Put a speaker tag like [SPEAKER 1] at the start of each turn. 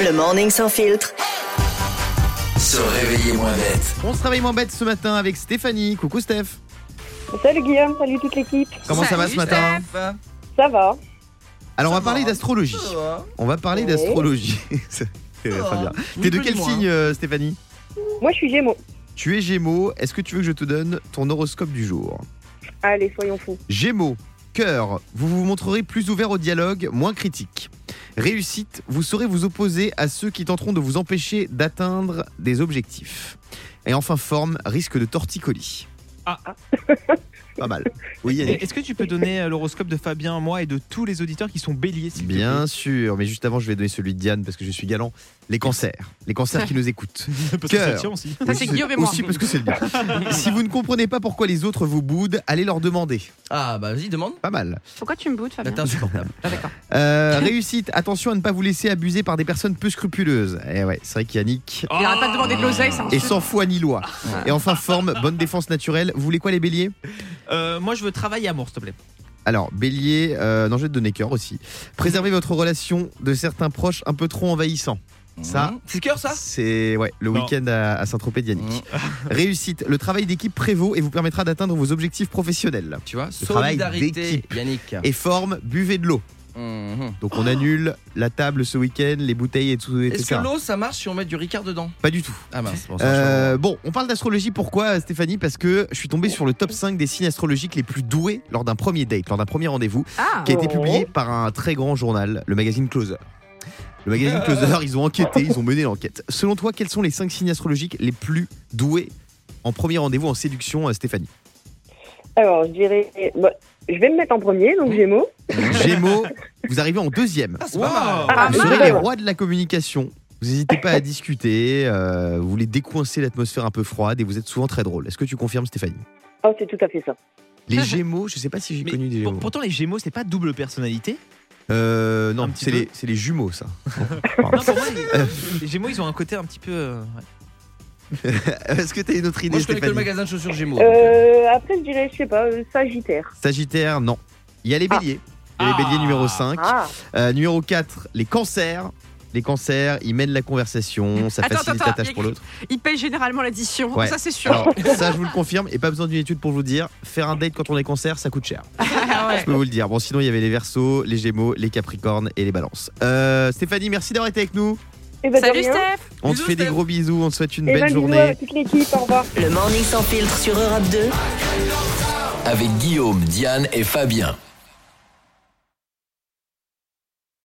[SPEAKER 1] Le morning sans filtre.
[SPEAKER 2] Se réveiller moins bête.
[SPEAKER 3] On se travaille moins bête ce matin avec Stéphanie. Coucou Steph.
[SPEAKER 4] Salut Guillaume, salut toute l'équipe.
[SPEAKER 3] Comment ça va
[SPEAKER 5] Salut,
[SPEAKER 3] ce matin
[SPEAKER 4] Ça va
[SPEAKER 3] Alors on va
[SPEAKER 5] Ça
[SPEAKER 3] parler
[SPEAKER 5] va. Oh.
[SPEAKER 3] d'astrologie. On va parler
[SPEAKER 4] Oui.
[SPEAKER 3] d'astrologie. C'est très bien. T'es de quel signe euh, Stéphanie
[SPEAKER 4] Moi je suis Gémeaux.
[SPEAKER 3] Tu es Gémeaux. Est-ce que tu veux que je te donne ton horoscope du jour
[SPEAKER 4] Allez, soyons fous.
[SPEAKER 3] Gémeaux, cœur, vous vous montrerez plus ouvert au dialogue, moins critique. Réussite, vous saurez vous opposer à ceux qui tenteront de vous empêcher d'atteindre des objectifs. Et enfin, forme, risque de torticolis.
[SPEAKER 5] Ah.
[SPEAKER 3] Pas mal. Oui, Yannick.
[SPEAKER 5] Et Est-ce que tu peux donner euh, l'horoscope de Fabien, moi et de tous les auditeurs qui sont béliers s'il te
[SPEAKER 3] Bien sûr, mais juste avant, je vais donner celui de Diane parce que je suis galant. Les cancers, les cancers qui nous écoutent.
[SPEAKER 5] plaît Parce que ça
[SPEAKER 3] Cœur.
[SPEAKER 5] tient aussi.
[SPEAKER 6] Ça, c'est
[SPEAKER 3] Aussi-
[SPEAKER 6] Guillaume et moi.
[SPEAKER 3] Aussi parce que c'est le bien. si vous ne comprenez pas pourquoi les autres vous boudent, allez leur demander.
[SPEAKER 7] Ah bah vas-y demande.
[SPEAKER 3] Pas mal.
[SPEAKER 6] Pourquoi tu me boutes,
[SPEAKER 7] Là,
[SPEAKER 6] Fabien
[SPEAKER 7] T'es insupportable.
[SPEAKER 6] Ah, D'accord.
[SPEAKER 3] Euh, réussite, attention à ne pas vous laisser abuser par des personnes peu scrupuleuses. Eh ouais, c'est vrai qu'Yannick
[SPEAKER 6] Il arrête pas de demander de l'oseille, ça
[SPEAKER 3] est sans foi ni loi. Et enfin, forme, bonne défense naturelle. Vous voulez quoi, les béliers
[SPEAKER 5] Euh, moi, je veux travailler amour, s'il te plaît.
[SPEAKER 3] Alors, bélier, euh, non, je vais te donner cœur aussi. Préservez votre relation de certains proches un peu trop envahissants. Ça,
[SPEAKER 7] Mmh. C'est le cœur ça
[SPEAKER 3] C'est ouais, le
[SPEAKER 5] Non.
[SPEAKER 3] week-end à, à Saint-Tropez de Yannick.
[SPEAKER 7] Mm.
[SPEAKER 3] Réussite, le travail d'équipe prévaut et vous permettra d'atteindre vos objectifs professionnels.
[SPEAKER 7] Tu vois,
[SPEAKER 3] travail
[SPEAKER 7] solidarité
[SPEAKER 3] d'équipe.
[SPEAKER 7] Yannick.
[SPEAKER 3] Et forme, buvez de l'eau.
[SPEAKER 7] Mmh.
[SPEAKER 3] Donc on annule la table ce week-end, les bouteilles et tout.
[SPEAKER 7] Est-ce que
[SPEAKER 3] etc.
[SPEAKER 7] l'eau ça marche si on met du Ricard dedans
[SPEAKER 3] Pas du tout.
[SPEAKER 7] Ah mince. Bon,
[SPEAKER 3] Euh, bon, on parle d'astrologie. Pourquoi, Stéphanie Parce que je suis tombé sur le top 5 des signes astrologiques les plus doués lors d'un premier date, lors d'un premier rendez-vous,
[SPEAKER 6] Ah
[SPEAKER 3] qui a été
[SPEAKER 4] Oh.
[SPEAKER 3] publié par un très grand journal, le magazine Closer. Le magazine Closer, ils ont enquêté, ils ont mené l'enquête. Selon toi, quels sont les 5 signes astrologiques les plus doués en premier rendez-vous en séduction, euh, Stéphanie
[SPEAKER 4] Alors je dirais, bah, je vais me mettre en premier, donc Gémeaux.
[SPEAKER 3] Gémeaux, vous arrivez en deuxième.
[SPEAKER 7] Ah, c'est pas mal.
[SPEAKER 4] Ah,
[SPEAKER 3] Vous
[SPEAKER 4] mince.
[SPEAKER 3] serez les rois de la communication. Vous n'hésitez pas à discuter, euh, vous voulez décoincer l'atmosphère un peu froide et vous êtes souvent très drôle. Est-ce que tu confirmes, Stéphanie
[SPEAKER 4] Oh, c'est tout à fait ça.
[SPEAKER 3] Les Gémeaux, je sais pas si j'ai
[SPEAKER 5] Mais
[SPEAKER 3] connu des
[SPEAKER 5] pour-
[SPEAKER 3] Gémeaux.
[SPEAKER 5] pourtant, les Gémeaux, c'est pas double personnalité.
[SPEAKER 3] Euh, non,
[SPEAKER 5] Un petit
[SPEAKER 3] c'est
[SPEAKER 5] peu.
[SPEAKER 3] les, c'est les jumeaux, ça.
[SPEAKER 5] Non, pour moi, les, les Gémeaux, ils ont un côté un petit peu. euh, ouais.
[SPEAKER 3] Est-ce que t'as une autre idée,
[SPEAKER 7] Moi je connais que le
[SPEAKER 3] Stéphanie
[SPEAKER 7] magasin de chaussures Gémeaux.
[SPEAKER 4] Euh, après je dirais, je sais pas, euh, Sagittaire.
[SPEAKER 3] Sagittaire, non. Il y a les
[SPEAKER 4] Ah.
[SPEAKER 3] béliers. Il y a les
[SPEAKER 5] Ah.
[SPEAKER 3] béliers numéro 5.
[SPEAKER 4] Ah,
[SPEAKER 3] Euh, numéro 4, les cancers. Les cancers, ils mènent la conversation, ça
[SPEAKER 6] Attends,
[SPEAKER 3] facilite
[SPEAKER 6] attends,
[SPEAKER 3] la tâche
[SPEAKER 6] attends,
[SPEAKER 3] pour l'autre.
[SPEAKER 6] Il paye généralement l'addition,
[SPEAKER 3] Ouais.
[SPEAKER 6] ça c'est sûr.
[SPEAKER 3] Alors, ça, je vous le confirme, et pas besoin d'une étude pour vous dire, faire un date quand on est cancer, ça coûte cher.
[SPEAKER 6] Ah ouais.
[SPEAKER 3] Je peux vous le dire. Bon, sinon, il y avait les versos, les gémeaux, les capricornes et les balances. Euh, Stéphanie, merci d'avoir été avec nous.
[SPEAKER 4] et bah, de
[SPEAKER 6] Salut
[SPEAKER 4] rien.
[SPEAKER 6] Steph
[SPEAKER 3] On te
[SPEAKER 7] Bisous,
[SPEAKER 3] fait des
[SPEAKER 7] Steph.
[SPEAKER 3] gros bisous, on te souhaite une
[SPEAKER 4] Et
[SPEAKER 3] belle
[SPEAKER 4] ben, bisous
[SPEAKER 3] journée.
[SPEAKER 4] à toute l'équipe, au revoir.
[SPEAKER 1] Le morning sans filtre sur Europe 2.
[SPEAKER 2] Avec Guillaume, Diane et Fabien.